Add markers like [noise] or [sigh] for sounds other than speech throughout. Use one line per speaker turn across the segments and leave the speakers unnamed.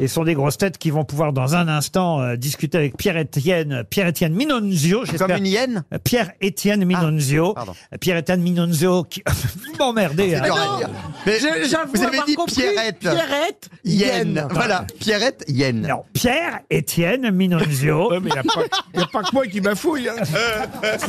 Et ce sont des grosses têtes qui vont pouvoir dans un instant euh, discuter avec Pierre-Étienne Pierre-Étienne Minonzio. j'espère. Euh,
Comme une hyène
Pierre-Étienne Minonzio.
pardon. Ah,
Pierre-Étienne Minonzio qui... [laughs] Vous m'emmerdez. hein.
dur à
non.
dire. euh, Mais
Je- j'avoue
vous avez
avoir
dit
compris,
Pierrette.
Pierrette,
Hyène.
hyène.
Voilà, Pierrette, hyène.
Non, Pierre-Étienne Minonzio,
Ouais, mais il n'y a, pas- y a pas que moi qui bafouille. hein.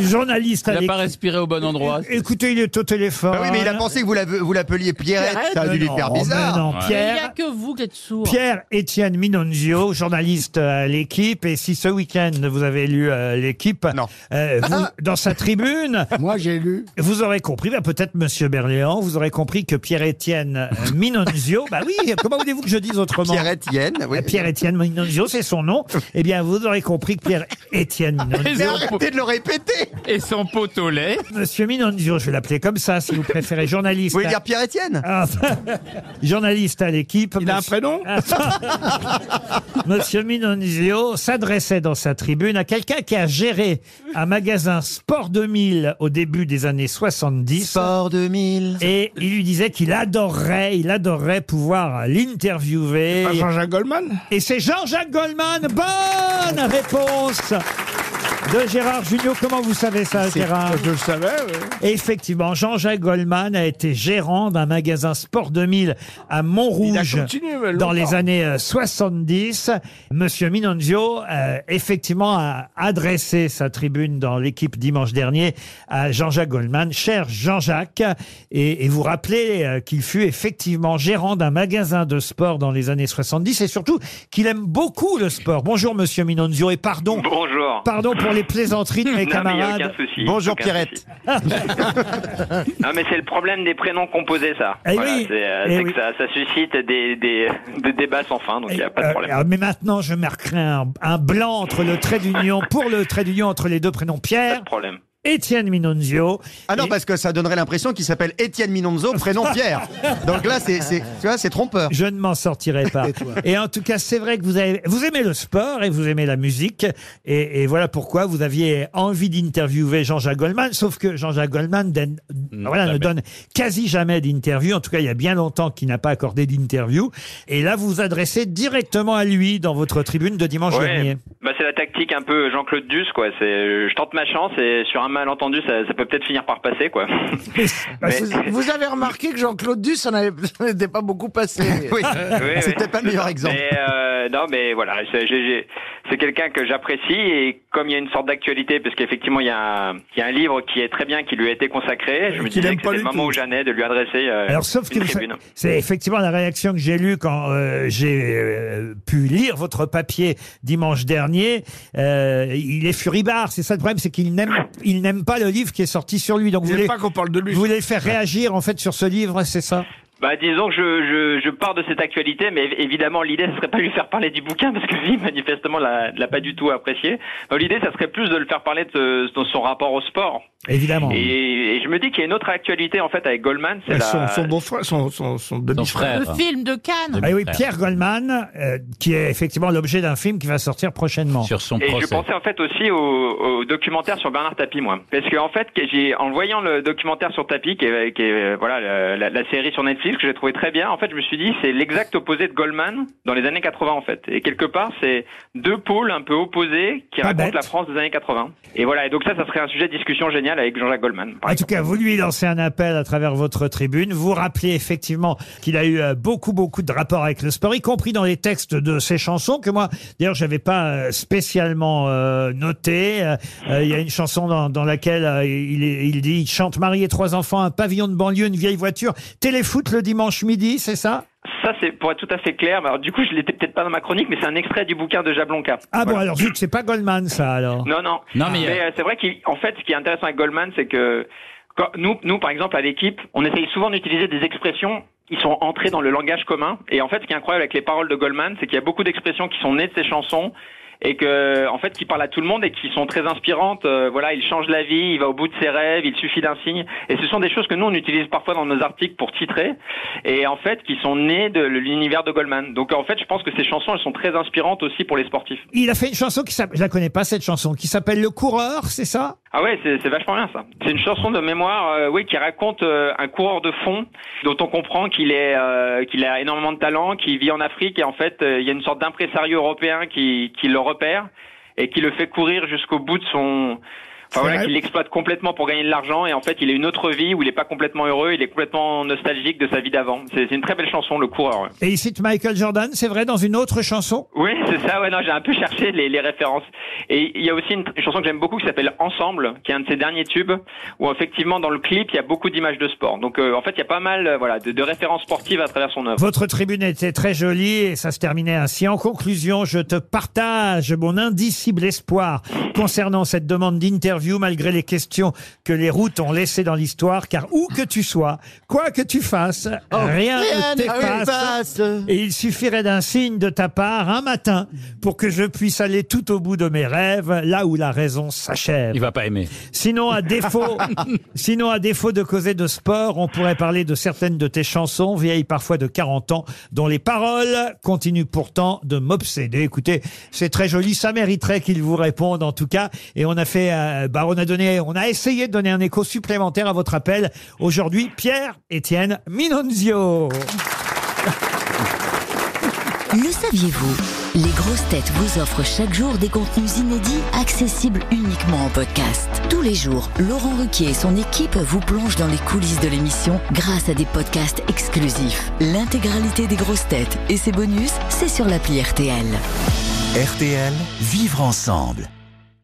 journaliste à
Il n'a pas
l'équipe.
respiré au bon endroit.
Écoutez, il est au téléphone. Euh,
Ah oui, mais il a pensé que vous l'ave- vous l'appeliez Pierrette.
Pierrette
Ça a dû lui
Non,
faire
mais
bizarre.
non,
Il n'y a
Pierre.
que vous qui êtes sourd.
Pierre-Étienne Minonzio, journaliste à l'équipe. Et si ce week-end vous avez lu euh, l'équipe,
Non.
euh,
[laughs]
vous, dans sa tribune,
Moi, j'ai lu.
vous aurez compris, bah, peut-être Monsieur Berléand, vous aurez compris que Pierre-Étienne
[laughs]
euh, Minonzio, bah oui, comment voulez-vous que je dise autrement
Pierrette, hyène. Oui.
Pierre-Étienne Minonzio, c'est son nom. Eh bien, vous aurez compris que Pierre-Étienne
Ah,
Minonzio.
Mais arrêtez de le répéter.
Et son pot au lait.
Monsieur Minonzio, je vais l'appeler comme ça, si vous préférez, journaliste.
Vous voulez
à-
dire Pierre-Étienne
Ah, [laughs] journaliste à l'équipe.
Il a un
monsieur-
prénom
[laughs] Monsieur Minonzio s'adressait dans sa tribune à quelqu'un qui a géré un magasin Sport 2000 au début des années 70.
Sport 2000.
Et il lui disait qu'il adorerait, il adorerait pouvoir l'interviewer.
Pas Jean-Jacques Goldman
Et c'est Jean-Jacques Goldman. Bonne réponse de Gérard Junior. Comment vous savez ça, Gérard
Je le savais. ouais.
et effectivement, Jean-Jacques Goldman a été gérant d'un magasin Sport 2000 à Montrouge
Il a continué, mais
dans
longtemps.
les années euh, 70. Monsieur Minonzio, euh, effectivement, a adressé sa tribune dans l'équipe dimanche dernier à Jean-Jacques Goldman. Cher Jean-Jacques, et, et vous rappelez euh, qu'il fut effectivement gérant d'un magasin de sport dans les années 70 et surtout qu'il aime beaucoup le sport. Bonjour, Monsieur Minonzio, et pardon.
Bonjour.
Pardon pour les plaisanteries de mes
[laughs] Non, mais il n'y a
camarades.
aucun souci.
Bonjour,
aucun
Pierrette.
souci. non, mais c'est le problème des prénoms composés, ça.
Eh
Voilà,
oui.
C'est euh,
Eh
c'est
oui.
que ça, ça suscite des, des, des débats sans fin, donc il n'y a pas de problème.
Euh, euh, mais maintenant, je marquerai un, un blanc entre le trait d'union, pour le trait d'union entre les deux prénoms
Pas
Pierre,
de problème.
Étienne Minonzio.
Ah non,
Et
parce que ça donnerait l'impression qu'il s'appelle Étienne Minonzo, prénom Pierre. Donc là, c'est, c'est- tu vois, c'est trompeur.
Je ne m'en sortirai
[laughs]
pas. et en tout cas, c'est vrai que vous, avez, vous aimez le sport et vous aimez la musique. Et, et voilà pourquoi vous aviez envie d'interviewer Jean-Jacques Goldman. Sauf que Jean-Jacques Goldman donne- voilà, ne
jamais.
donne quasi jamais d'interview. En tout cas, il y a bien longtemps qu'il n'a pas accordé d'interview. Et là, vous vous adressez directement à lui dans votre tribune de dimanche
Ouais.
dernier.
Bah, c'est la tactique un peu Jean-Claude Duss, quoi. C'est, euh, je tente ma chance et sur un malentendu, ça, ça peut peut-être finir par
[laughs]
passer, quoi.
Bah,
Mais- [laughs]
Vous, vous avez remarqué que Jean-Claude Duss en avait- [laughs] n'était pas beaucoup passé.
Oui,
Ah,
Oui,
c'est
oui.
peut-être pas le meilleur exemple.
Mais euh, non, mais voilà, c'est j'ai- j'ai- c'est quelqu'un que j'apprécie et comme il y a une sorte d'actualité, parce qu'effectivement il y, a un- il y a un livre qui est très bien qui lui a été consacré, je me
Qu'il
disais
aime
que
pas
c'était le
du
moment
tout.
où j'en ai de lui adresser. euh,
Alors, sauf que
une
vous savez-
tribune.
c'est effectivement la réaction que j'ai lue quand euh, j'ai euh, pu lire votre papier dimanche dernier. Euh, il est furibard, c'est ça le problème, c'est qu'il n'aime, il n'aime pas le livre qui est sorti sur lui. Donc vous
Il n'aime
voulez,
pas qu'on parle de lui.
vous voulez le faire réagir en fait sur ce livre, c'est ça
Bah disons que je, je, je pars de cette actualité, mais évi- évidemment l'idée ce serait pas de lui faire parler du bouquin parce que lui manifestement l'a l'a pas du tout apprécié. Donc, L'idée ça serait plus de le faire parler de, ce- de son rapport au sport.
Évidemment.
Mmh.
Et, et je me dis qu'il y a une autre actualité en fait avec Goldman, c'est
Mais
la
Bah, Son, son beau-frère, son, son, son
Son
demi-frère.
frère.
Le film de Cannes.
Ah oui, Pierre Goldman, euh, qui est effectivement l'objet d'un film qui va sortir prochainement.
Sur son
Et je
procès.
pensais en fait aussi au, au documentaire sur Bernard Tapie, moi, parce que en fait, que j'ai en voyant le documentaire sur Tapie, qui est, qui est, euh, voilà le- la, la série sur Netflix que j'ai trouvé très bien, en fait, je me suis dit c'est l'exact opposé de Goldman dans les années 80 en fait, et quelque part c'est deux pôles un peu opposés qui
Pas
racontent
bête.
la France des années 80. Et voilà, et donc ça, ça serait un sujet de discussion génial avec Jean-Jacques Goldman. par
En tout
exemple.
cas, vous lui lancez un appel à travers votre tribune. Vous rappelez effectivement qu'il a eu euh, beaucoup, beaucoup de rapports avec le sport, y compris dans les textes de ses chansons que moi, d'ailleurs, j'avais pas euh, spécialement euh, noté. Euh, euh, Il y a une chanson dans, dans laquelle euh, il, est- il dit il chante marié, trois enfants, un pavillon de banlieue, une vieille voiture, téléfoot le dimanche midi, c'est ça
Ça, c'est pour être tout à fait clair. mais Alors, du coup, je l'étais peut-être pas dans ma chronique, mais c'est un extrait du bouquin de Jablonka.
Ah
Voilà.
bon, alors zut, c'est pas Goldman ça alors.
Non, non.
Non, mais,
euh, c'est vrai qu'en fait, ce qui est intéressant avec Goldman, c'est que quand- nous, nous, par exemple, à l'équipe, on essaye souvent d'utiliser des expressions qui sont entrées dans le langage commun. Et en fait, ce qui est incroyable avec les paroles de Goldman, c'est qu'il y a beaucoup d'expressions qui sont nées de ses chansons et que, en fait, qui parlent à tout le monde et qui sont très inspirantes. Euh, voilà, il change la vie, il va au bout de ses rêves, il suffit d'un signe. Et ce sont des choses que nous, on utilise parfois dans nos articles pour titrer et en fait, qui sont nées de l'univers de Goldman. Donc, en fait, je pense que ces chansons, elles sont très inspirantes aussi pour les sportifs.
Il a fait une chanson qui s'appelle, je la connais pas cette chanson, qui s'appelle Le coureur, c'est ça
Ah ouais, c'est c'est vachement bien ça. C'est une chanson de mémoire, euh, oui, qui raconte euh, un coureur de fond dont on comprend qu'il est, euh, qu'il a énormément de talent, qu'il vit en Afrique et en fait, euh, il y a une sorte d'impresario européen qui, qui le repère et qui le fait courir jusqu'au bout de son.
C'est
Enfin voilà,
vrai.
qu'il l'exploite complètement pour gagner de l'argent et en fait, il a une autre vie où il n'est pas complètement heureux, il est complètement nostalgique de sa vie d'avant. C'est c'est une très belle chanson, le coureur. ouais.
Et il cite Michael Jordan, c'est vrai, dans une autre chanson
Oui, c'est ça. Ouais, non, j'ai un peu cherché les, les références. Et il y a aussi une, une chanson que j'aime beaucoup qui s'appelle Ensemble, qui est un de ses derniers tubes, où effectivement dans le clip il y a beaucoup d'images de sport. Donc euh, en fait, il y a pas mal, euh, voilà, de, de références sportives à travers son œuvre.
Votre tribune était très jolie et ça se terminait ainsi. En conclusion, je te partage mon indicible espoir concernant cette demande d'interview malgré les questions que les routes ont laissées dans l'histoire, car où que tu sois, quoi que tu fasses, Oh. rien ne t'efface. Et il suffirait d'un signe de ta part un matin pour que je puisse aller tout au bout de mes rêves, là où la raison s'achève.
Il va pas aimer.
Sinon, à défaut, sinon, à défaut de causer de sport, on pourrait parler de certaines de tes chansons, vieilles parfois de 40 ans, dont les paroles continuent pourtant de m'obséder. Écoutez, c'est très joli, ça mériterait qu'ils vous répondent en tout cas. Et on a fait, euh, bah, on a donné, on a essayé de donner un écho supplémentaire à votre appel. Aujourd'hui, Pierre-Étienne Minonzio.
Le saviez-vous Les grosses têtes vous offrent chaque jour des contenus inédits accessibles uniquement en podcast. Tous les jours, Laurent Ruquier et son équipe vous plongent dans les coulisses de l'émission grâce à des podcasts exclusifs. L'intégralité des grosses têtes et ses bonus, c'est sur l'appli RTL.
RTL, vivre ensemble.